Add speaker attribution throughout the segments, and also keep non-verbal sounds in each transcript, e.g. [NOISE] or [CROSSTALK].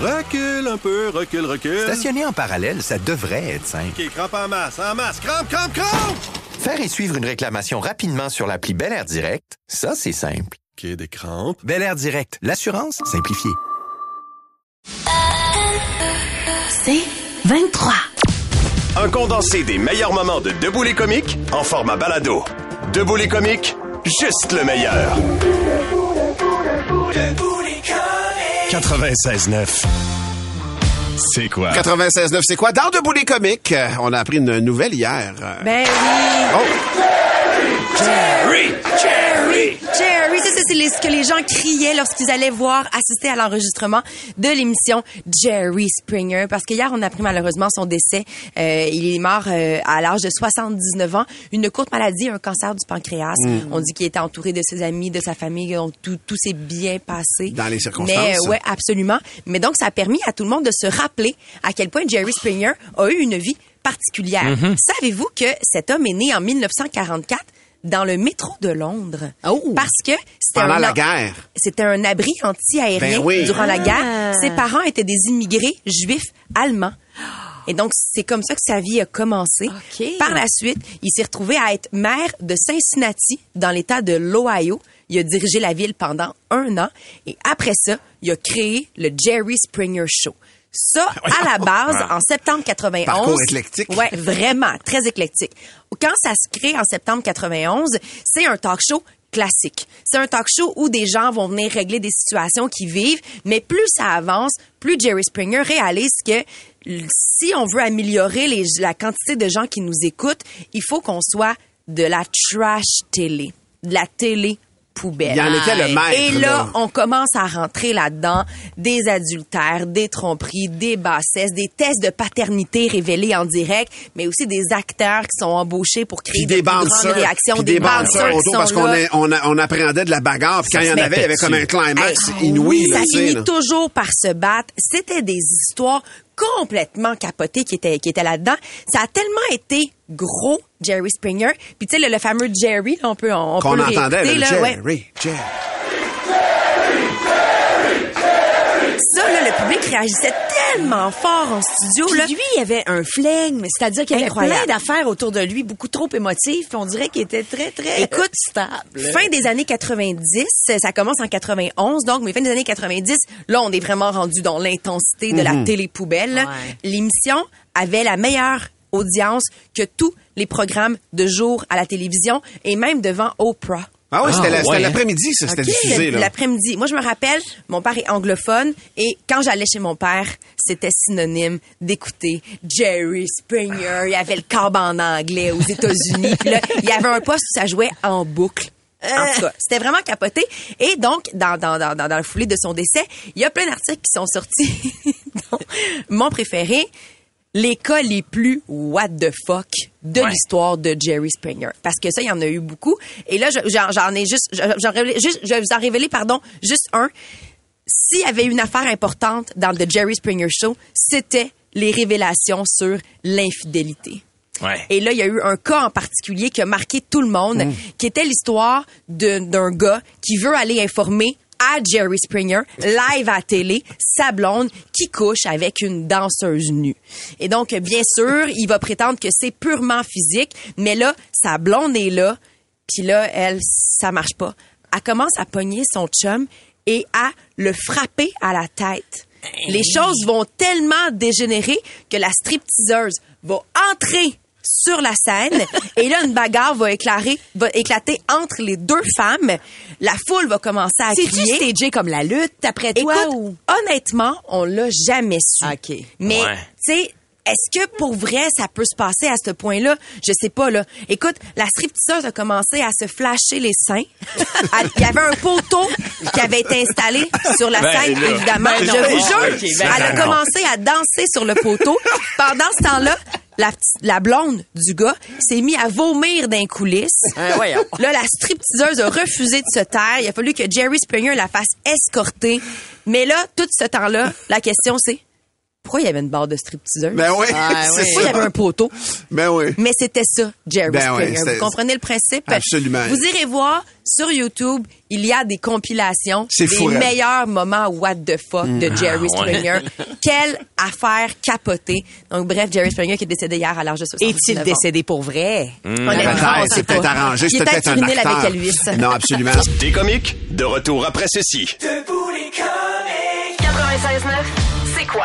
Speaker 1: Recule un peu, recule, recule.
Speaker 2: Stationner en parallèle, ça devrait être simple.
Speaker 1: OK, crampe en masse, en masse. Crampe, crampe, crampe!
Speaker 2: Faire et suivre une réclamation rapidement sur l'appli Bel Air Direct, ça, c'est simple.
Speaker 1: OK, des crampes.
Speaker 2: Bel Air Direct, l'assurance simplifiée.
Speaker 3: C'est 23.
Speaker 4: Un condensé des meilleurs moments de Debout les comiques en format balado. Debout les comiques, juste le meilleur. 96.9. C'est quoi?
Speaker 5: 96.9, c'est quoi? Dans Debout les comiques, euh, on a appris une nouvelle hier. euh,
Speaker 6: Ben oui.
Speaker 5: Oh,
Speaker 4: Jerry! Jerry!
Speaker 6: Jerry, ça, ça, c'est les- ce que les gens criaient lorsqu'ils allaient voir, assister à l'enregistrement de l'émission Jerry Springer. Parce qu'hier, on a appris malheureusement son décès. Euh, il est mort euh, à l'âge de 79 ans. Une courte maladie, un cancer du pancréas.
Speaker 5: Mm.
Speaker 6: On dit qu'il était entouré de ses amis, de sa famille. Donc, tout, tout s'est bien passé.
Speaker 5: Dans les circonstances.
Speaker 6: Mais, euh, ouais, absolument. Mais donc, ça a permis à tout le monde de se rappeler à quel point Jerry Springer a eu une vie particulière.
Speaker 5: Mm-hmm.
Speaker 6: Savez-vous que cet homme est né en 1944 dans le métro de Londres?
Speaker 5: Oh!
Speaker 6: Parce que c'était
Speaker 5: pendant
Speaker 6: un,
Speaker 5: la
Speaker 6: an-
Speaker 5: guerre.
Speaker 6: c'était un abri anti-aérien
Speaker 5: Ben oui.
Speaker 6: durant la
Speaker 5: Ah.
Speaker 6: guerre. Ses parents étaient des immigrés juifs allemands. Et donc, c'est comme ça que sa vie a commencé.
Speaker 3: Ok.
Speaker 6: Par la suite, il s'est retrouvé à être maire de Cincinnati, dans l'État de l'Ohio. Il a dirigé la ville pendant un an. Et après ça, il a créé le Jerry Springer Show. Ça, à la base, en septembre 91.
Speaker 5: Ah, Parcours éclectique.
Speaker 6: Ouais, [LAUGHS] vraiment, très éclectique. Quand ça se crée en septembre 91, c'est un talk show classique. C'est un talk show où des gens vont venir régler des situations qu'ils vivent, mais plus ça avance, plus Jerry Springer réalise que l- si on veut améliorer les- la quantité de gens qui nous écoutent, il faut qu'on soit de la trash télé, de la télé poubelle.
Speaker 5: Il en était le maître,
Speaker 6: Et là,
Speaker 5: là.
Speaker 6: on commence à rentrer là-dedans des adultères, des tromperies, des bassesses, des tests de paternité révélés en direct, mais aussi des acteurs qui sont embauchés pour
Speaker 5: Puis
Speaker 6: créer
Speaker 5: des
Speaker 6: de plus grandes
Speaker 5: bouncers,
Speaker 6: réactions,
Speaker 5: puis
Speaker 6: des,
Speaker 5: des
Speaker 6: bouncers
Speaker 5: bouncers
Speaker 6: qui
Speaker 5: autour
Speaker 6: sont
Speaker 5: parce qu'on
Speaker 6: là.
Speaker 5: est- on, a- on appréhendait de la bagarre puis quand il y en
Speaker 6: se
Speaker 5: avait, il y avait comme un climax
Speaker 6: Hey,
Speaker 5: inouï.
Speaker 6: Ah, oui,
Speaker 5: là,
Speaker 6: ça
Speaker 5: tu sais,
Speaker 6: finit
Speaker 5: là.
Speaker 6: toujours par se battre. C'était des histoires complètement capotées qui étaient, qui étaient là-dedans. Ça a tellement été gros, Jerry Springer. Puis tu sais, le, le fameux Jerry, là, on peut, on, on peut
Speaker 5: Qu'on
Speaker 6: le
Speaker 5: entendait,
Speaker 6: réécouter,
Speaker 5: le
Speaker 6: là, ouais.
Speaker 5: Jerry, Jerry.
Speaker 6: Ça, là, le public réagissait tellement fort en studio.
Speaker 3: Puis
Speaker 6: là.
Speaker 3: lui, il avait un flingue, mais c'est-à-dire qu'il y avait
Speaker 6: Incroyable.
Speaker 3: plein d'affaires autour de lui, beaucoup trop émotives, puis on dirait qu'il était très, très euh,
Speaker 6: Écoute,
Speaker 3: stable.
Speaker 6: Fin des années 90, ça commence en 91, donc, mais fin des années 90, là, on est vraiment rendu dans l'intensité de la télé poubelle.
Speaker 3: Ouais.
Speaker 6: L'émission avait la meilleure audience que tous les programmes de jour à la télévision et même devant Oprah.
Speaker 5: Ah oui, c'était la- c'était
Speaker 7: ouais, hein.
Speaker 5: l'après-midi, ça, c'était
Speaker 6: Ok.
Speaker 5: diffusé. Là.
Speaker 6: L'après-midi. Moi, je me rappelle, mon père est anglophone et quand j'allais chez mon père, c'était synonyme d'écouter Jerry Springer. Il y avait le câble en anglais aux États-Unis. Puis là, il y avait un poste où ça jouait en boucle. En tout cas, c'était vraiment capoté. Et donc, dans, dans, dans, dans, dans le foulée de son décès, il y a plein d'articles qui sont sortis. [LAUGHS] dont mon préféré, les cas les plus what the fuck de l'histoire de Jerry Springer. Parce que ça, il y en a eu beaucoup. Et là, je- j'en j'en ai juste, je- j'en révélais- juste, je vais vous en révéler, pardon, juste un. S'il y avait une affaire importante dans le Jerry Springer Show, c'était les révélations sur l'infidélité.
Speaker 7: Ouais.
Speaker 6: Et là, il y a eu un cas en particulier qui a marqué tout le monde, qui était l'histoire de- d'un gars qui veut aller informer à Jerry Springer, live à la télé, sa blonde qui couche avec une danseuse nue. Et donc, bien sûr, il va prétendre que c'est purement physique, mais là, sa blonde est là, puis là, elle, ça marche pas. Elle commence à pogner son chum et à le frapper à la tête. Les choses vont tellement dégénérer que la stripteaseuse va entrer sur la
Speaker 3: [LAUGHS]
Speaker 6: scène et là une bagarre va éclater va éclater entre les deux femmes la foule va commencer à
Speaker 3: C'est-tu
Speaker 6: crier
Speaker 3: stagé comme la lutte après toi
Speaker 6: Écoute,
Speaker 3: ou...
Speaker 6: honnêtement, on l'a jamais su.
Speaker 3: OK.
Speaker 6: Mais,
Speaker 7: Ouais.
Speaker 6: tu sais, est-ce que pour vrai, ça peut se passer à ce point-là? Je sais pas, là. Écoute, la stripteaseuse a commencé à se flasher les seins. Elle- Il y avait un poteau qui avait été installé sur la
Speaker 7: Ben
Speaker 6: scène,
Speaker 7: là.
Speaker 6: évidemment.
Speaker 3: Ben
Speaker 6: je
Speaker 3: non.
Speaker 6: vous jure,
Speaker 3: OK, ben
Speaker 6: elle a
Speaker 7: non.
Speaker 6: commencé à danser sur le poteau. Pendant ce temps-là, la, petite- la blonde du gars s'est mise à vomir d'un coulisse.
Speaker 3: Hein, voyons.
Speaker 6: Là, la stripteaseuse a refusé de se taire. Il a fallu que Jerry Springer la fasse escorter. Mais là, tout ce temps-là, la question c'est
Speaker 8: Pourquoi il y avait une barre de stripteaseuse?
Speaker 5: Ben oui,
Speaker 6: Ah,
Speaker 5: [LAUGHS] c'est
Speaker 6: oui.
Speaker 8: Pourquoi il y
Speaker 5: ça.
Speaker 8: avait un poteau?
Speaker 5: Ben
Speaker 6: [LAUGHS]
Speaker 5: oui.
Speaker 8: Mais c'était ça, Jerry
Speaker 5: Ben ouais,
Speaker 8: Springer.
Speaker 5: c'était-
Speaker 8: Vous comprenez le principe?
Speaker 5: Absolument.
Speaker 8: Vous irez voir sur YouTube, il y a des compilations
Speaker 5: C'est
Speaker 8: des
Speaker 5: fou, elle.
Speaker 8: meilleurs moments what the fuck de Jerry
Speaker 7: Ah, ouais.
Speaker 5: [LAUGHS]
Speaker 8: Springer. Quelle affaire capotée. Donc bref, Jerry Springer qui est décédé hier à l'âge de 79
Speaker 6: Est-il
Speaker 8: ans.
Speaker 6: décédé pour vrai?
Speaker 8: Honnêtement, on
Speaker 5: Ben, Peut-être,
Speaker 8: sait
Speaker 5: c'est
Speaker 8: pas.
Speaker 5: peut-être
Speaker 8: Il
Speaker 5: arrangé,
Speaker 8: est
Speaker 5: c'était peut-être un
Speaker 8: peut-être urinile
Speaker 5: acteur.
Speaker 8: avec Elvis.
Speaker 5: Non, absolument.
Speaker 9: Des comiques, de retour après ceci.
Speaker 10: 96.9, c'est quoi?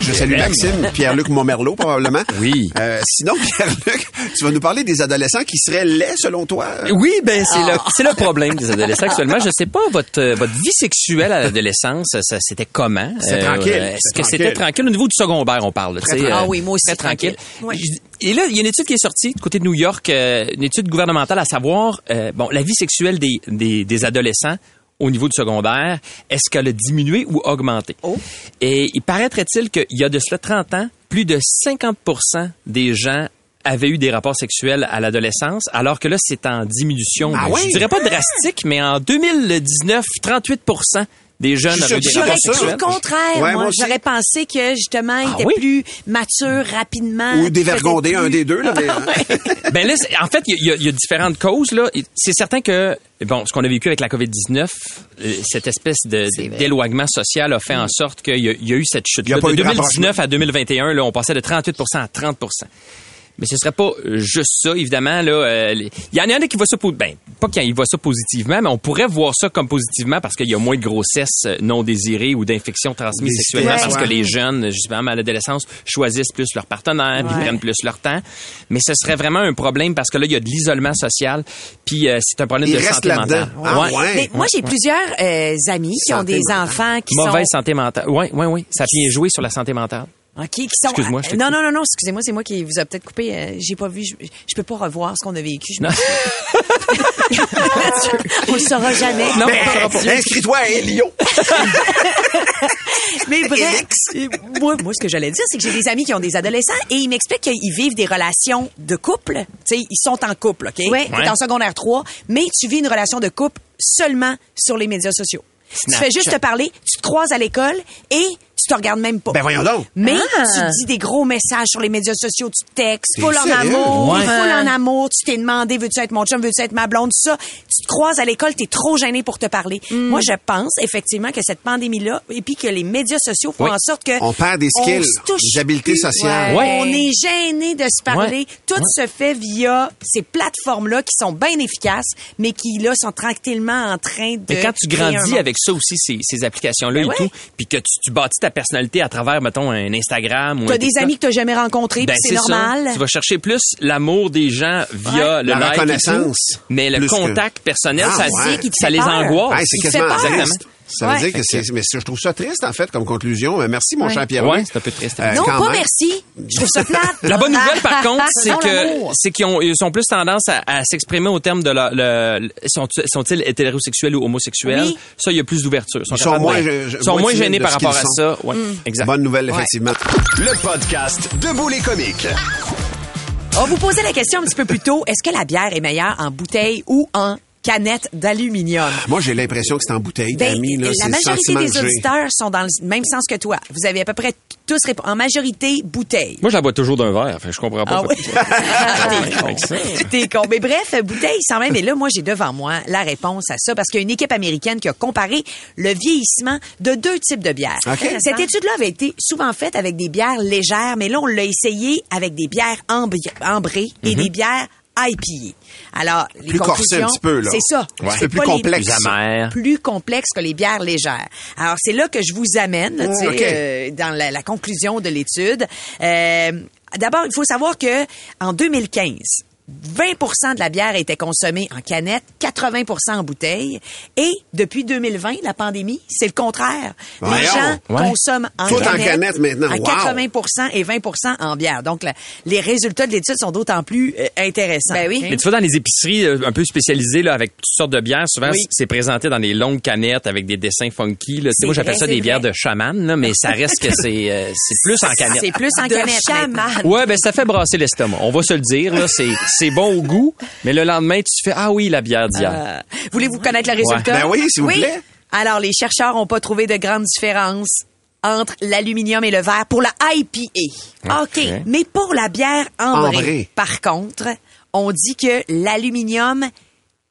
Speaker 5: Je salue Maxime, Pierre-Luc Momerleau,
Speaker 6: [LAUGHS]
Speaker 5: probablement.
Speaker 7: Oui.
Speaker 5: Euh, sinon, [LAUGHS] Pierre-Luc, tu vas nous parler des adolescents qui seraient laids, selon toi?
Speaker 7: Oui, ben c'est le c'est le problème des adolescents actuellement. Je sais pas votre euh, votre vie sexuelle à l'adolescence, ça c'était comment Euh,
Speaker 5: C'est tranquille,
Speaker 7: Est-ce
Speaker 5: c'est
Speaker 7: que c'était
Speaker 5: tranquille.
Speaker 7: tranquille au niveau du secondaire on parle tu sais, euh,
Speaker 8: tranquille. Ah oui, moi aussi,
Speaker 7: très tranquille.
Speaker 8: tranquille.
Speaker 7: Je- Et là, il y a une étude qui est sortie du côté de New York, euh, une étude gouvernementale à savoir euh, bon la vie sexuelle des des, des adolescents au niveau du secondaire, est-ce qu'elle a diminué ou augmenté?
Speaker 5: Oh.
Speaker 7: Et il paraîtrait-il qu'il y a de cela 30 ans, plus de 50 des gens avaient eu des rapports sexuels à l'adolescence, alors que là, c'est en diminution.
Speaker 5: Ah
Speaker 7: Donc,
Speaker 5: oui?
Speaker 7: Je dirais pas drastique, mais en 2019, 38 des jeunes
Speaker 5: Je suis
Speaker 7: avaient eu des
Speaker 5: sûr
Speaker 7: rapports
Speaker 6: J'aurais
Speaker 5: sûr.
Speaker 6: cru
Speaker 7: sexuels.
Speaker 6: le contraire.
Speaker 5: Ouais,
Speaker 6: moi,
Speaker 5: moi aussi.
Speaker 6: j'aurais pensé que justement, il
Speaker 7: Ah
Speaker 6: était
Speaker 7: oui?
Speaker 6: plus mature rapidement.
Speaker 5: Ou
Speaker 6: qu'il
Speaker 5: dévergondés,
Speaker 6: faisait
Speaker 5: un
Speaker 6: plus-
Speaker 5: des
Speaker 6: [LAUGHS]
Speaker 5: deux, là. mais-
Speaker 7: [LAUGHS] Ben là, c'est- en fait, il y, a- il y a différentes causes. là. C'est certain que bon, ce qu'on a vécu avec la COVID-19, euh, cette espèce de- d'éloignement social a fait en sorte qu'il y, a- il y a eu cette chute.
Speaker 5: Il y a
Speaker 7: là
Speaker 5: pas
Speaker 7: de
Speaker 5: eu de
Speaker 7: 2019 à 2021, là, on passait de 38 à 30 mais ce serait pas euh, juste ça, évidemment. Là, euh, les- il y en a qui voient ça, po- ben, pas qu'ils voient ça positivement, mais on pourrait voir ça comme positivement parce qu'il y a moins de grossesses euh, non désirées ou d'infections transmises
Speaker 5: Des
Speaker 7: sexuellement
Speaker 5: stéroïdes,
Speaker 7: parce que
Speaker 5: ouais.
Speaker 7: les jeunes, justement, à l'adolescence, choisissent plus leur partenaire, puis prennent plus leur temps. Mais ce serait vraiment un problème parce que là, il y a de l'isolement social, puis euh, c'est un problème
Speaker 5: Ils
Speaker 7: de
Speaker 5: restent
Speaker 7: santé
Speaker 5: là-dedans.
Speaker 7: mentale.
Speaker 5: Ah ouais.
Speaker 6: Mais moi, j'ai plusieurs euh, amis qui ont
Speaker 5: Santé
Speaker 6: des
Speaker 5: mentale.
Speaker 6: enfants qui
Speaker 7: Mauvaise
Speaker 6: sont...
Speaker 7: santé mentale. Oui, oui, oui. Ça vient jouer sur la santé mentale.
Speaker 6: OK, Ah, qui sont...
Speaker 7: Excuse-moi, je t'ai
Speaker 6: non,
Speaker 7: coupé.
Speaker 6: non, non, non, excusez-moi, c'est moi qui vous a peut-être coupé. euh, j'ai pas vu, je, je peux pas revoir ce qu'on a vécu. Je
Speaker 7: Non. [LAUGHS]
Speaker 6: on le saura jamais.
Speaker 7: Non,
Speaker 5: Ben,
Speaker 7: on saura pas.
Speaker 5: [LAUGHS] Inscris-toi à Elio.
Speaker 6: Mais bref, moi, moi, ce que j'allais dire, c'est que j'ai des amis qui ont des adolescents et ils m'expliquent qu'ils vivent des relations de couple. Tu sais, ils sont en couple, OK?
Speaker 8: Ouais.
Speaker 6: T'es en secondaire 3, mais tu vis une relation de couple seulement sur les médias sociaux. Tu fais juste te parler, tu te croises à l'école et tu te regardes même pas.
Speaker 5: Ben voyons donc.
Speaker 6: Mais
Speaker 8: Ah.
Speaker 6: tu dis des gros messages sur les médias sociaux, tu textes,
Speaker 5: T'es
Speaker 6: full en
Speaker 5: sérieux?
Speaker 6: amour,
Speaker 7: Ouais.
Speaker 6: full en amour, tu t'es demandé, veux-tu être mon chum, veux-tu être ma blonde, tout ça. Tu te croises à l'école, t'es trop gêné pour te parler.
Speaker 7: Mm.
Speaker 6: Moi, je pense effectivement que cette pandémie-là, et puis que les médias sociaux font
Speaker 7: Oui.
Speaker 6: en sorte que...
Speaker 5: On perd des skills,
Speaker 6: se touche
Speaker 5: des habiletés
Speaker 6: plus.
Speaker 5: sociales.
Speaker 7: Ouais.
Speaker 6: On est gêné de se parler.
Speaker 7: Ouais.
Speaker 6: Tout
Speaker 7: Ouais.
Speaker 6: se fait via ces plateformes-là qui sont bien efficaces, mais qui, là, sont tranquillement en train de...
Speaker 7: Mais quand tu
Speaker 6: créer un
Speaker 7: grandis
Speaker 6: monde. Ben
Speaker 7: avec ça aussi, ces, ces applications-là et
Speaker 6: ouais.
Speaker 7: tout, puis que tu, tu bâtis ta personnalité à travers, mettons, un Instagram ou
Speaker 6: T'as
Speaker 7: un
Speaker 6: des
Speaker 7: TikTok,
Speaker 6: amis que t'as jamais rencontrés,
Speaker 7: ben,
Speaker 6: puis c'est
Speaker 7: ça.
Speaker 6: normal.
Speaker 7: Tu vas chercher plus l'amour des gens via le
Speaker 5: La
Speaker 7: like et tout,
Speaker 5: reconnaissance.
Speaker 7: mais le
Speaker 5: Plus que-
Speaker 7: contact personnel,
Speaker 5: Ah,
Speaker 7: ça,
Speaker 5: ouais.
Speaker 6: C'est qui te
Speaker 7: ça
Speaker 6: fait
Speaker 7: les
Speaker 6: peur.
Speaker 7: angoisse.
Speaker 5: Hey, c'est
Speaker 6: Oh, Il
Speaker 5: quasiment
Speaker 6: fait peur.
Speaker 5: triste. Ça veut
Speaker 6: Ouais.
Speaker 5: dire que c'est, mais c'est- je trouve ça triste, en fait, comme conclusion. Euh, Merci, mon cher Pierre.
Speaker 7: Ouais, c'est un peu triste.
Speaker 5: Euh,
Speaker 6: non,
Speaker 5: quand
Speaker 6: pas
Speaker 5: même.
Speaker 6: merci. Je trouve ça
Speaker 5: [LAUGHS]
Speaker 6: plate.
Speaker 7: La bonne nouvelle,
Speaker 6: [LAUGHS]
Speaker 7: par contre, c'est
Speaker 6: Non,
Speaker 7: que
Speaker 6: l'amour.
Speaker 7: c'est qu'ils ont, ils ont plus tendance à, à s'exprimer au terme de leur- le, le- sont, sont-ils hétérosexuels ou homosexuels.
Speaker 6: Oui.
Speaker 7: Ça, il y a plus d'ouverture.
Speaker 5: Ils sont
Speaker 7: capables
Speaker 5: moins-
Speaker 7: de-
Speaker 5: je- je-
Speaker 7: sont
Speaker 5: moins
Speaker 7: moins
Speaker 5: timides
Speaker 7: gênés
Speaker 5: de
Speaker 7: par
Speaker 5: ce qu'ils
Speaker 7: rapport à
Speaker 5: sont.
Speaker 7: ça. Ouais,
Speaker 6: Mm.
Speaker 7: exact.
Speaker 5: Bonne nouvelle, effectivement.
Speaker 9: Le podcast Debout les comiques.
Speaker 6: On vous posait la question un petit peu plus tôt. Est-ce que la bière est meilleure en bouteille ou en canette d'aluminium?
Speaker 5: Moi, j'ai l'impression que c'est en bouteille,
Speaker 6: Ben,
Speaker 5: d'amis. là, c'est
Speaker 6: la
Speaker 5: le
Speaker 6: majorité
Speaker 5: sentiment
Speaker 6: des
Speaker 5: que j'ai.
Speaker 6: auditeurs sont dans le même sens que toi. Vous avez à peu près tous répondu. En majorité, bouteille.
Speaker 7: Moi, je la bois toujours d'un verre. Enfin, je comprends pas.
Speaker 6: Ah oui.
Speaker 7: pourquoi.
Speaker 6: T'es con. T'es con. Mais bref, bouteille sans même. Et là, moi, j'ai devant moi la réponse à ça parce qu'il y a une équipe américaine qui a comparé le vieillissement de deux types de bières.
Speaker 5: OK.
Speaker 6: Cette étude-là avait été souvent faite avec des bières légères, mais là, on l'a essayé avec des bières ambri- ambrées et
Speaker 7: Mhm.
Speaker 6: des bières IPA. Alors, les
Speaker 5: Plus corsé
Speaker 6: conclusions,
Speaker 5: un petit peu, là.
Speaker 6: C'est ça.
Speaker 5: Ouais. Un
Speaker 6: C'est
Speaker 5: peu plus
Speaker 6: pas les-
Speaker 5: complexe.
Speaker 7: Plus amer.
Speaker 6: Plus complexe que les bières légères. Alors, c'est là que je vous amène, là, tu sais,
Speaker 5: Ah, OK.
Speaker 6: euh, euh, dans la, la conclusion de l'étude. Euh, D'abord, il faut savoir que en 2015,
Speaker 3: 20 de la bière était consommée en canette, 80 en bouteille. Et depuis 2020, la pandémie, c'est le contraire. Les
Speaker 5: Voyons.
Speaker 3: gens
Speaker 7: Ouais.
Speaker 3: consomment en
Speaker 5: Tout en
Speaker 3: canette,
Speaker 5: canette maintenant.
Speaker 3: à
Speaker 5: Wow.
Speaker 3: 80 et 20 en bière. Donc, la- les résultats de l'étude sont d'autant plus euh, intéressants.
Speaker 6: Ben oui.
Speaker 3: Hein?
Speaker 7: Mais tu vas dans les épiceries euh, un peu spécialisées là, avec toutes sortes de bières, souvent
Speaker 3: Oui.
Speaker 7: c'est présenté dans des longues canettes avec des dessins funky. Là. Tu sais, Moi
Speaker 6: C'est
Speaker 7: j'appelle
Speaker 6: vrai,
Speaker 7: ça des
Speaker 6: c'est
Speaker 7: bières
Speaker 6: vrai.
Speaker 7: de chaman, là, mais ça reste que c'est euh, c'est plus en canette.
Speaker 3: C'est plus en
Speaker 6: De
Speaker 3: canette. maintenant.
Speaker 6: chaman.
Speaker 7: Ouais, ben ça fait brasser l'estomac. On va se le dire, là, c'est c'est bon au goût, mais le lendemain tu fais ah oui la bière d'hier.
Speaker 3: Euh, Voulez-vous connaître le résultat?
Speaker 5: Ben oui, s'il vous plaît.
Speaker 3: Alors, les chercheurs n'ont pas trouvé de grande différence entre l'aluminium et le verre pour la IPA.
Speaker 7: OK.
Speaker 3: Mais pour la bière ambrée,
Speaker 5: Ambrée.
Speaker 3: par contre, on dit que l'aluminium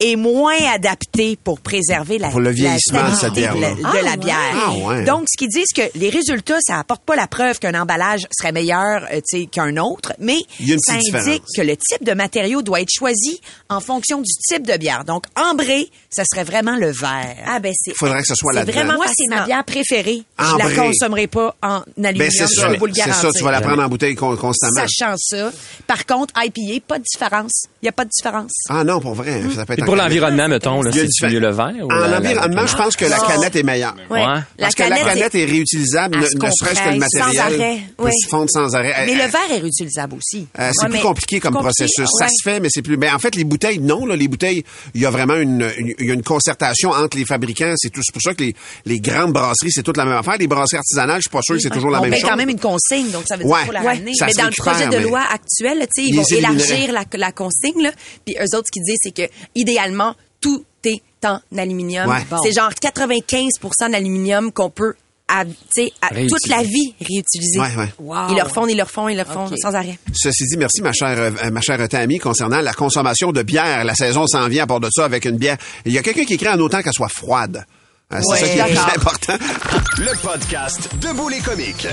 Speaker 3: est moins adapté pour préserver la
Speaker 5: Pour
Speaker 3: la
Speaker 5: le vieillissement de
Speaker 3: stabilité
Speaker 5: cette bière-là.
Speaker 3: de la- de
Speaker 6: Ah,
Speaker 3: la
Speaker 6: ouais.
Speaker 3: bière.
Speaker 5: Ah, ouais.
Speaker 3: Donc, ce qu'ils disent que les résultats, ça apporte pas la preuve qu'un emballage serait meilleur euh, tu sais, qu'un autre, mais
Speaker 5: Il y a une
Speaker 3: ça
Speaker 5: petite
Speaker 3: indique
Speaker 5: différence.
Speaker 3: que le type de matériau doit être choisi en fonction du type de bière. Donc, ambré, ça serait vraiment le verre.
Speaker 6: Ah, ben, c'est.
Speaker 5: Faudrait que ce soit
Speaker 6: c'est
Speaker 5: là-dedans.
Speaker 6: vraiment
Speaker 3: Moi, c'est ma bière préférée. Je
Speaker 5: Ambré.
Speaker 3: la consommerai pas en aluminium,
Speaker 5: Ben, c'est
Speaker 3: je
Speaker 5: ça.
Speaker 3: peux vous le
Speaker 5: C'est
Speaker 3: garantir.
Speaker 5: ça, tu vas la prendre en bouteille con- constamment.
Speaker 3: Sachant ça. Par contre, IPA, pas de différence. Il n'y a pas de différence.
Speaker 5: Ah non, pour vrai. Ça peut être
Speaker 7: Et
Speaker 5: en
Speaker 7: pour
Speaker 5: canette.
Speaker 7: l'environnement, mettons, là,
Speaker 5: Il y a du
Speaker 7: c'est
Speaker 5: fait-
Speaker 7: mieux le verre ou
Speaker 5: En
Speaker 7: la- la-
Speaker 5: environnement, je pense que la canette est meilleure.
Speaker 6: Ouais.
Speaker 7: Ouais.
Speaker 6: La
Speaker 5: Parce que la canette est, réutilisable,
Speaker 6: Elle
Speaker 5: ne,
Speaker 6: se
Speaker 5: ne serait-ce que le
Speaker 6: compresse sans
Speaker 5: matériel
Speaker 6: arrêt,
Speaker 5: peut
Speaker 6: oui.
Speaker 5: se fondre sans arrêt.
Speaker 3: Mais
Speaker 5: Euh,
Speaker 3: le verre est réutilisable aussi.
Speaker 5: euh, c'est
Speaker 6: Ouais,
Speaker 5: plus
Speaker 6: mais
Speaker 5: compliqué comme
Speaker 6: compliqué,
Speaker 5: processus. Ça
Speaker 6: ouais.
Speaker 5: se fait, mais c'est plus. Ben, en fait, les bouteilles, non. Là, les bouteilles, il y a vraiment une, une- il y a une concertation entre les fabricants. C'est tout. C'est pour ça que les, les grandes brasseries, c'est toute la même affaire. Les brasseries artisanales, je suis pas sûr que c'est toujours la
Speaker 3: On
Speaker 5: même
Speaker 6: ben,
Speaker 3: met
Speaker 5: chose.
Speaker 3: quand même une consigne, donc ça veut dire
Speaker 5: Ouais.
Speaker 3: qu'il faut la
Speaker 5: Ouais.
Speaker 3: ramener.
Speaker 5: Ça
Speaker 6: mais
Speaker 5: se
Speaker 6: dans le
Speaker 5: récupère,
Speaker 6: projet de
Speaker 5: mais-
Speaker 6: loi actuel, là, tu sais, ils
Speaker 5: Ils
Speaker 6: vont
Speaker 5: les élimineraient.
Speaker 6: élargir la, la consigne. Là. Puis eux autres, ce qu'ils disent, c'est que idéalement, tout est en aluminium.
Speaker 5: Ouais.
Speaker 6: C'est genre 95 d'aluminium qu'on peut, à- tu sais, à
Speaker 7: Réutiliser.
Speaker 6: toute la vie réutiliser.
Speaker 5: Ouais, ouais.
Speaker 3: Wow.
Speaker 6: Ils le refont, ils le refont, ils le refont
Speaker 3: Ok.
Speaker 6: sans arrêt.
Speaker 5: Ceci dit, merci ma chère, euh, ma chère Tammy, concernant la consommation de bière. La saison s'en vient à part de ça avec une bière. Il y a quelqu'un qui écrit en autant qu'elle soit froide. Euh, c'est
Speaker 3: Ouais,
Speaker 5: ça qui est le plus
Speaker 3: d'accord.
Speaker 5: important.
Speaker 4: Le podcast Debout les comiques.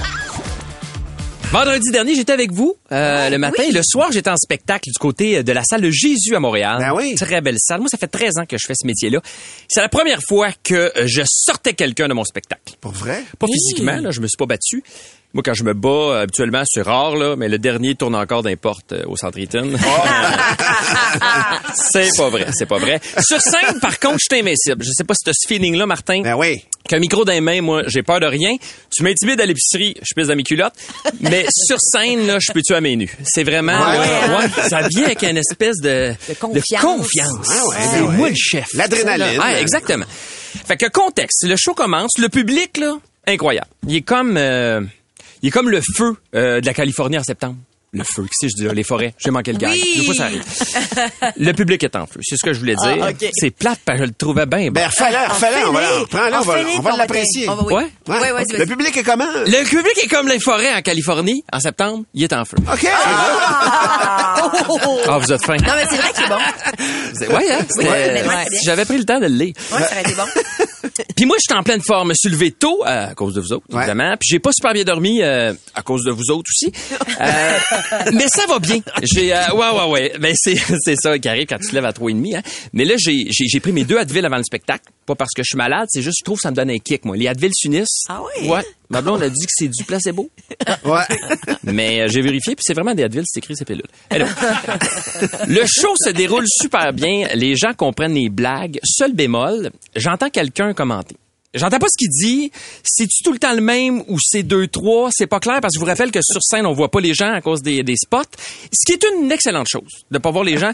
Speaker 7: Vendredi dernier, j'étais avec vous euh,
Speaker 5: Ah,
Speaker 7: le matin et le soir, j'étais en spectacle du côté euh, de la salle de Jésus à Montréal.
Speaker 5: Ben oui.
Speaker 7: Très belle salle. Moi, ça fait 13 ans que je fais ce métier-là. C'est la première fois que euh, je sortais quelqu'un de mon spectacle.
Speaker 5: Pour vrai?
Speaker 7: Pas physiquement, là, je me suis pas battu. Moi, quand je me bats, euh, habituellement, c'est rare, là, mais le dernier tourne encore d'importe au centre Eaton.
Speaker 5: Oh.
Speaker 7: [LAUGHS] c'est pas vrai, c'est pas vrai. Sur scène, par contre, je suis invincible. Je sais pas si t'as ce feeling-là, Martin.
Speaker 5: Ben oui.
Speaker 7: Qu'un micro dans les mains, moi, j'ai peur de rien. Tu m'intimides à l'épicerie, je pisse dans mes culottes. Mais sur scène, là, je peux tuer à mes nus. C'est vraiment,
Speaker 5: Ouais.
Speaker 7: là, ouais, ça vient avec une espèce de,
Speaker 3: De confiance.
Speaker 7: confiance.
Speaker 5: Ah ouais,
Speaker 7: c'est
Speaker 5: ben ouais.
Speaker 7: moi le chef.
Speaker 5: L'adrénaline.
Speaker 7: Ah, exactement. Fait que contexte, le show commence, le public, là, incroyable. Il est comme, euh, il est comme le feu euh, de la Californie en septembre. Le feu, qu'est-ce que je dis là? Les forêts. J'ai manqué le gag.
Speaker 6: Oui.
Speaker 7: Des fois, ça arrive. Le public est en feu. C'est ce que je voulais dire.
Speaker 3: Ah, ok.
Speaker 7: C'est plate, parce que je le trouvais bien. bon.
Speaker 5: Ben, fais-le, fais-le, on va
Speaker 3: fais-les.
Speaker 6: Oh,
Speaker 5: prends-le, on va,
Speaker 3: Fais-les,
Speaker 5: on va
Speaker 3: puis
Speaker 5: l'apprécier.
Speaker 6: On va, Oh, oui.
Speaker 7: Ouais?
Speaker 5: Ouais.
Speaker 6: Ouais, ouais, vas-y,
Speaker 5: le
Speaker 6: vas-y.
Speaker 5: public est comment?
Speaker 7: Le public est comme les forêts en Californie. En septembre, il est en feu.
Speaker 5: OK.
Speaker 7: Ah, vous êtes fin.
Speaker 6: Non, mais c'est vrai que c'est bon.
Speaker 7: Ouais, hein? C'était-
Speaker 6: mais ouais, c'est bien.
Speaker 7: J'avais pris le temps de le lire.
Speaker 6: Ouais, ça
Speaker 5: [LAUGHS]
Speaker 6: aurait été bon.
Speaker 7: Puis moi, j'étais en pleine forme. Je me suis levé tôt euh, à cause de vous autres,
Speaker 5: Ouais.
Speaker 7: évidemment. Puis j'ai pas super bien dormi euh, à cause de vous autres aussi. Euh, mais ça va bien. J'ai euh, ouais ouais ouais. Mais c'est [LAUGHS] c'est ça qui arrive quand tu te lèves à 3,5. Hein. Mais là, j'ai j'ai j'ai pris mes deux Advil avant le spectacle. Pas parce que je suis malade, c'est juste je trouve que ça me donne un kick moi. Les Advil s'unissent.
Speaker 3: Ah ouais?
Speaker 7: Ouais. Ma blonde a dit que c'est du placebo.
Speaker 5: ouais.
Speaker 7: Mais euh, j'ai vérifié, puis c'est vraiment des Advil, c'est écrit, c'est pilule. Hello. le show se déroule super bien. Les gens comprennent les blagues. Seul bémol, j'entends quelqu'un commenter. J'entends pas ce qu'il dit. C'est-tu tout le temps le même ou c'est deux, trois? C'est pas clair parce que je vous rappelle que sur scène, on voit pas les gens à cause des, des spots. Ce qui est une excellente chose de pas voir les gens.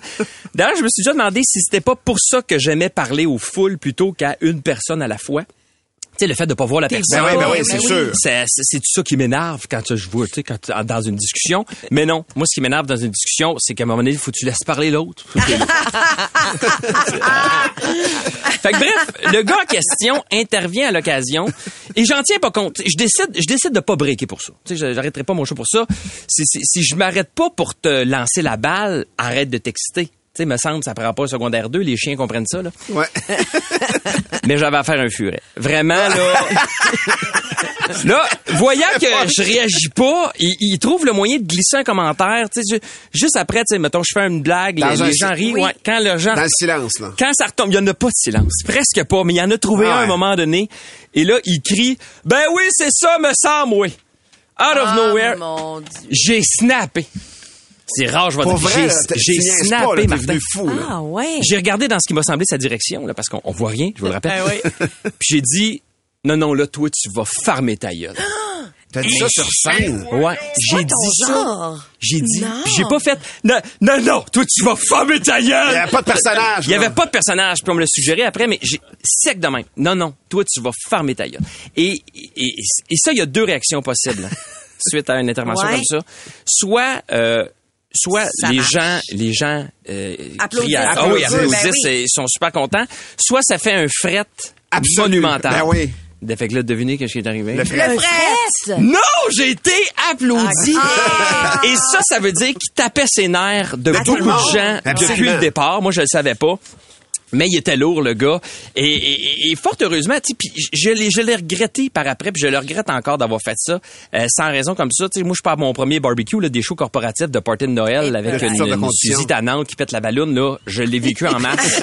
Speaker 7: D'ailleurs, je me suis déjà demandé si c'était pas pour ça que j'aimais parler aux foules plutôt qu'à une personne à la fois. Tu sais, le fait de pas voir la personne.
Speaker 5: Ben oui, ben oui, c'est sûr.
Speaker 7: C'est c'est- c'est tout ça qui m'énerve quand je vois, tu sais, quand tu- dans une discussion. Mais non, moi, ce qui m'énerve dans une discussion, c'est qu'à un moment donné, il faut que tu laisses parler
Speaker 5: [LAUGHS]
Speaker 7: l'autre. Faut que- fait que bref, le gars en question intervient à l'occasion et j'en tiens pas compte. Je décide, je décide de pas breaker pour ça. Tu sais, je- j'arrêterai pas mon show pour ça. Si, si, si je m'arrête pas pour te lancer la balle, arrête de t'exciter. Tu sais, me semble, ça prend pas au secondaire 2, les chiens comprennent ça, là.
Speaker 5: Ouais.
Speaker 7: Mais j'avais affaire à un furet. Vraiment,
Speaker 5: [LAUGHS]
Speaker 7: là. là, voyant que je réagis pas, il, il trouve le moyen de glisser un commentaire. Tu sais, je- juste après, tu sais, mettons, je fais une blague,
Speaker 5: Dans
Speaker 7: les,
Speaker 5: un
Speaker 7: les
Speaker 5: si-
Speaker 7: gens rient.
Speaker 6: Oui.
Speaker 7: Ouais, quand le gens...
Speaker 5: Dans le silence, là.
Speaker 7: Quand ça retombe, il n'y en a pas de silence. Presque pas, mais il y en a trouvé un
Speaker 5: Ah
Speaker 7: à un
Speaker 5: ouais.
Speaker 7: moment donné. Et là, il crie Ben oui, c'est ça, me semble, oui. Out of
Speaker 6: Ah,
Speaker 7: nowhere.
Speaker 6: mon Dieu.
Speaker 7: J'ai snappé. C'est rare, je vais
Speaker 5: Pour
Speaker 7: dire.
Speaker 5: vrai, là,
Speaker 7: J'ai-
Speaker 5: t'es-
Speaker 7: J'ai
Speaker 5: tu niaises pas, là,
Speaker 7: snappé
Speaker 5: t'es
Speaker 7: Martin.
Speaker 5: venu fou. là.
Speaker 3: Ah ouais.
Speaker 7: J'ai regardé dans ce qui m'a semblé sa direction, là, parce qu'on on voit rien, je vous le rappelle. [LAUGHS] Puis j'ai dit, non, non, là, toi, tu vas farmer ta gueule.
Speaker 5: T'as dit ça sur scène.
Speaker 7: Ouais, j'ai
Speaker 3: pas
Speaker 7: dit
Speaker 3: ton
Speaker 7: ça.
Speaker 3: genre.
Speaker 7: J'ai dit,
Speaker 3: Non.
Speaker 7: puis j'ai pas fait, non, non, non, toi, tu vas farmer ta gueule.
Speaker 5: Il n'y avait pas de personnage.
Speaker 7: Il n'y
Speaker 5: là.
Speaker 7: avait pas de personnage, puis on me l'a suggéré après, mais j'ai sec de même. Non, non, toi, tu vas farmer ta gueule. Et, et, et ça, il y a deux réactions possibles hein, suite à une intervention
Speaker 3: Ouais.
Speaker 7: comme ça. Soit, euh, soit
Speaker 3: Ça
Speaker 7: les
Speaker 3: marche.
Speaker 7: gens, les gens euh,
Speaker 6: Applaudissent.
Speaker 7: crient à- Ah oui,
Speaker 5: Applaudissent.
Speaker 7: applaudissent,
Speaker 6: Ben oui.
Speaker 7: et ils sont super contents. Soit ça fait un fret
Speaker 5: Absolu.
Speaker 7: monumental.
Speaker 5: Ben oui.
Speaker 7: De fait que là, devinez qu'est-ce qui est arrivé.
Speaker 5: Le
Speaker 6: Le
Speaker 5: frère.
Speaker 6: frère!
Speaker 7: Non, j'ai été applaudi. Ah. Et ça, ça veut dire qu'il tapait ses nerfs de
Speaker 5: tout
Speaker 7: beaucoup
Speaker 5: le monde.
Speaker 7: de gens
Speaker 5: Ben, Absolument.
Speaker 7: depuis le départ. Moi, je le savais pas. Mais il était lourd, le gars. Et, et- et fort heureusement, tu sais, puis je l'ai, je l'ai regretté par après, puis je le regrette encore d'avoir fait ça, euh, sans raison comme ça. Tu sais, moi, je pars à mon premier barbecue, là, des shows corporatifs de party de Noël avec
Speaker 5: toutes
Speaker 7: une,
Speaker 5: sortes de
Speaker 7: une
Speaker 5: conditions.
Speaker 7: Suzy Tanante qui pète la balloune, là. Je l'ai vécu en masse.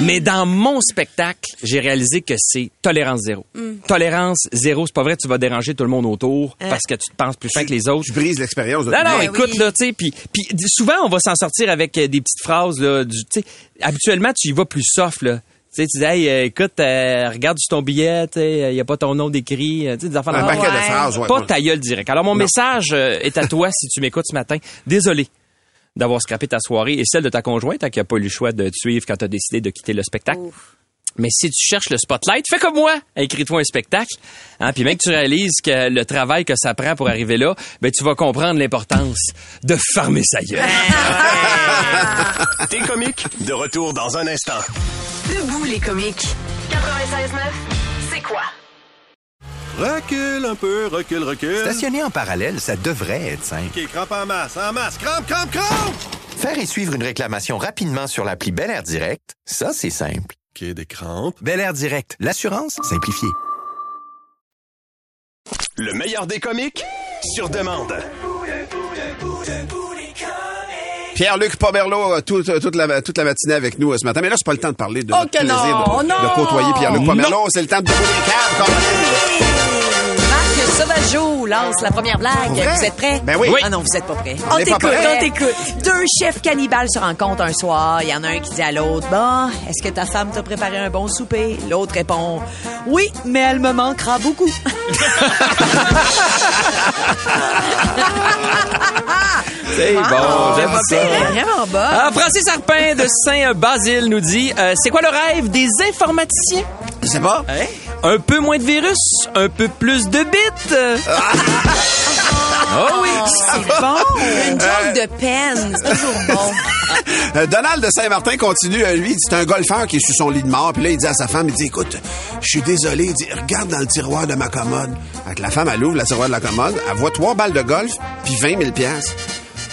Speaker 7: Mais dans mon spectacle, j'ai réalisé que c'est tolérance zéro. Tolérance zéro, c'est pas vrai, tu vas déranger tout le monde autour parce que tu te penses plus fin que les autres.
Speaker 5: Tu brises l'expérience de
Speaker 7: Non,
Speaker 5: tout le
Speaker 7: non,
Speaker 5: monde.
Speaker 7: écoute,
Speaker 6: oui.
Speaker 7: là, tu sais, puis puis d- souvent, on va s'en sortir avec euh, des petites phrases, là, du, tu sais, habituellement, tu y vas plus soft, là. Tu sais, tu dis, hey, euh, écoute, euh, regarde sur ton billet, tu sais, il n'y a pas ton nom décrit, euh, tu sais, des enfants
Speaker 5: Un paquet de
Speaker 6: ouais.
Speaker 5: phrases, ouais.
Speaker 7: Pas ta gueule direct. Alors, mon message euh, est à toi si tu m'écoutes ce matin. Désolé d'avoir scrappé ta soirée et celle de ta conjointe, hein, qui a pas eu le choix de te suivre quand tu as décidé de quitter le spectacle. Mais si tu cherches le spotlight, fais comme moi. Écris-toi un spectacle. Hein, puis même que tu réalises que le travail que ça prend pour arriver là, ben, tu vas comprendre l'importance de farmer sa gueule.
Speaker 4: T'es comique? De retour dans un instant.
Speaker 10: Debout les comiques. 96.9, c'est quoi?
Speaker 1: Recule un peu, recule, recule.
Speaker 2: Stationner en parallèle, ça devrait être simple.
Speaker 1: OK, crampe en masse, en masse, crampe, crampe, crampe!
Speaker 2: Faire et suivre une réclamation rapidement sur l'appli Bel Air Direct, ça, c'est simple.
Speaker 1: OK, des crampes.
Speaker 2: Bel Air Direct, l'assurance simplifiée.
Speaker 4: Le meilleur des comiques? Sur demande.
Speaker 5: Pierre-Luc Pomerleau, euh, tout- euh, toute, la, toute la matinée avec nous euh, ce matin. Mais là, c'est pas le temps de parler de
Speaker 6: Oh
Speaker 5: notre
Speaker 6: que
Speaker 5: plaisir
Speaker 6: non,
Speaker 5: de,
Speaker 6: non.
Speaker 5: de côtoyer Pierre-Luc Pomerleau. C'est le temps de dérouler les câbles, quand même.
Speaker 3: Marc Sauvageau lance la première blague.
Speaker 5: vrai?
Speaker 3: Vous êtes prêts?
Speaker 5: Ben oui. Oui.
Speaker 3: Ah non, vous êtes pas prêts. On
Speaker 5: n'est pas
Speaker 3: t'écoute,
Speaker 5: prêts.
Speaker 3: on t'écoute. Deux chefs cannibales se rencontrent un soir. Il y en a un qui dit à l'autre, bon, est-ce que ta femme t'a préparé un bon souper? L'autre répond, oui, mais elle me manquera beaucoup.
Speaker 7: C'est Eh bon, j'aime
Speaker 2: Ah
Speaker 3: [LAUGHS]
Speaker 6: C'est
Speaker 7: ça.
Speaker 6: vraiment bas.
Speaker 7: Ah, Francis Arpin de Saint-Basile nous dit euh, C'est quoi le rêve des informaticiens?
Speaker 5: Je sais pas.
Speaker 7: Un peu moins de virus, un peu plus de bits. [LAUGHS] oh oui!
Speaker 6: C'est bon. Une joke de peine, c'est toujours bon.
Speaker 5: Euh, Donald de Saint-Martin continue, euh, lui, il dit, c'est un golfeur qui est sur son lit de mort, puis là, il dit à sa femme, il dit, écoute, je suis désolé, il dit, regarde dans le tiroir de ma commode. Fait que la femme, elle ouvre le tiroir de la commode, elle voit trois balles de golf, puis 20 000 piastres.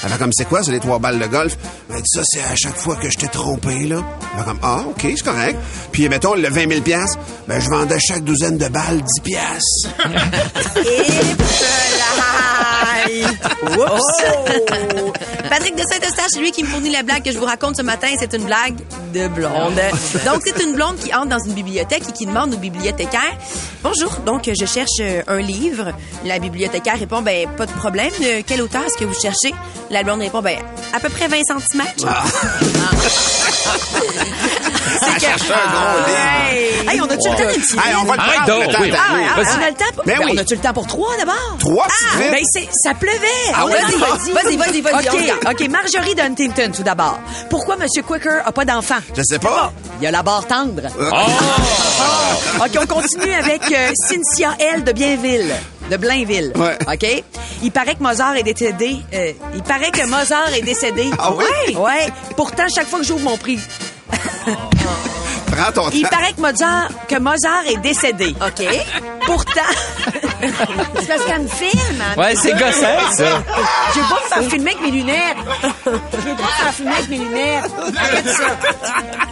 Speaker 5: Elle fait comme, c'est quoi, c'est les trois balles de golf? Elle dit, ça, c'est à chaque fois que je t'ai trompé, là. Elle fait comme, ah, OK, c'est correct. Puis, mettons, le 20 000 piastres, ben, je vendais chaque douzaine de balles 10 piastres.
Speaker 7: Ah.
Speaker 6: Oh! Patrick de Saint-Eustache, lui qui me fournit la blague que je vous raconte ce matin, c'est une blague de blonde. Donc, c'est une blonde qui entre dans une bibliothèque et qui demande au bibliothécaire Bonjour, donc je cherche euh, un livre. La bibliothécaire répond Ben, pas de problème. De quel auteur est-ce que vous cherchez La blonde répond Ben, à peu près 20 cm.
Speaker 5: Ah.
Speaker 6: [LAUGHS]
Speaker 5: Elle cherche un gros
Speaker 6: Ah,
Speaker 5: livre.
Speaker 3: Hey, on a-tu le temps d'un petit
Speaker 5: Hey, on va le
Speaker 7: Arrête
Speaker 5: prendre,
Speaker 7: donc,
Speaker 5: le temps,
Speaker 7: oui.
Speaker 5: attends.
Speaker 3: Ah, ah,
Speaker 7: Vas-y.
Speaker 3: on a le temps pour...
Speaker 5: Ben oui.
Speaker 3: On a-tu le temps pour trois d'abord?
Speaker 5: Trois
Speaker 3: Ah,
Speaker 5: petites
Speaker 3: ben
Speaker 5: vites.
Speaker 3: c'est, ça pleuvait.
Speaker 5: Ah ouais?
Speaker 3: Vas-y, vas-y,
Speaker 6: Vas-y, vas-y, vas-y, on
Speaker 3: OK,
Speaker 6: se
Speaker 3: OK, Marjorie Huntington tout d'abord. Pourquoi M. Quicker a pas d'enfant?
Speaker 5: Je sais pas.
Speaker 3: Il a la barre tendre.
Speaker 5: Ah.
Speaker 3: Ah.
Speaker 7: Oh!
Speaker 3: OK, on continue avec euh, Cynthia L. de Bienville. De Blainville.
Speaker 5: Ouais.
Speaker 3: OK? Il paraît que Mozart est décédé. euh, il paraît que Mozart est décédé.
Speaker 5: Ah oui?
Speaker 3: Ouais. Pourtant, chaque fois que j'ouvre mon prix,
Speaker 5: Prends ton
Speaker 3: il
Speaker 5: temps.
Speaker 3: paraît que Mozart, que Mozart est décédé.
Speaker 6: OK.
Speaker 3: Pourtant,
Speaker 6: C'est parce qu'elle me filme. hein.
Speaker 7: Ouais, c'est gossant, ça.
Speaker 3: je veux pas me faire filmer avec mes lunettes. Je veux pas me faire filmer avec mes lunettes. Arrête ça.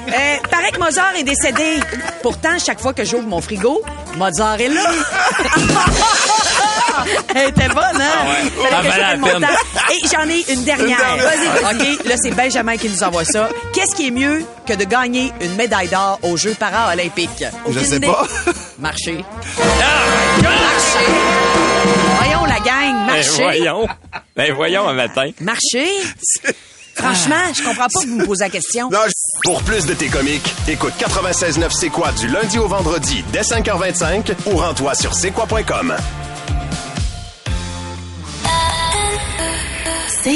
Speaker 3: Euh, paraît que Mozart est décédé. Pourtant, chaque fois que j'ouvre mon frigo, Mozart est là. Elle était bonne, hein? Fallait
Speaker 7: Ah,
Speaker 3: que je
Speaker 7: valait la
Speaker 3: prenne mon
Speaker 7: peine.
Speaker 3: temps. Et j'en ai une dernière. Vas-y. OK, là, c'est Benjamin qui nous envoie ça. Qu'est-ce qui est mieux que de gagner une médaille d'or aux Jeux paralympiques?
Speaker 5: Je
Speaker 6: Aucune
Speaker 5: sais
Speaker 6: idée.
Speaker 7: Ah,
Speaker 5: pas.
Speaker 3: Marcher. Marcher. Voyons, la
Speaker 7: Ben
Speaker 6: gang, marchez.
Speaker 7: voyons. Ben voyons un matin.
Speaker 6: Marchez. Franchement, je comprends pas que vous me posez la question.
Speaker 11: Non, je-
Speaker 5: Pour plus de tes comiques, écoute 96.9 C'est quoi du lundi au vendredi dès 5h25 ou rends-toi sur c'est quoi.com.
Speaker 10: C'est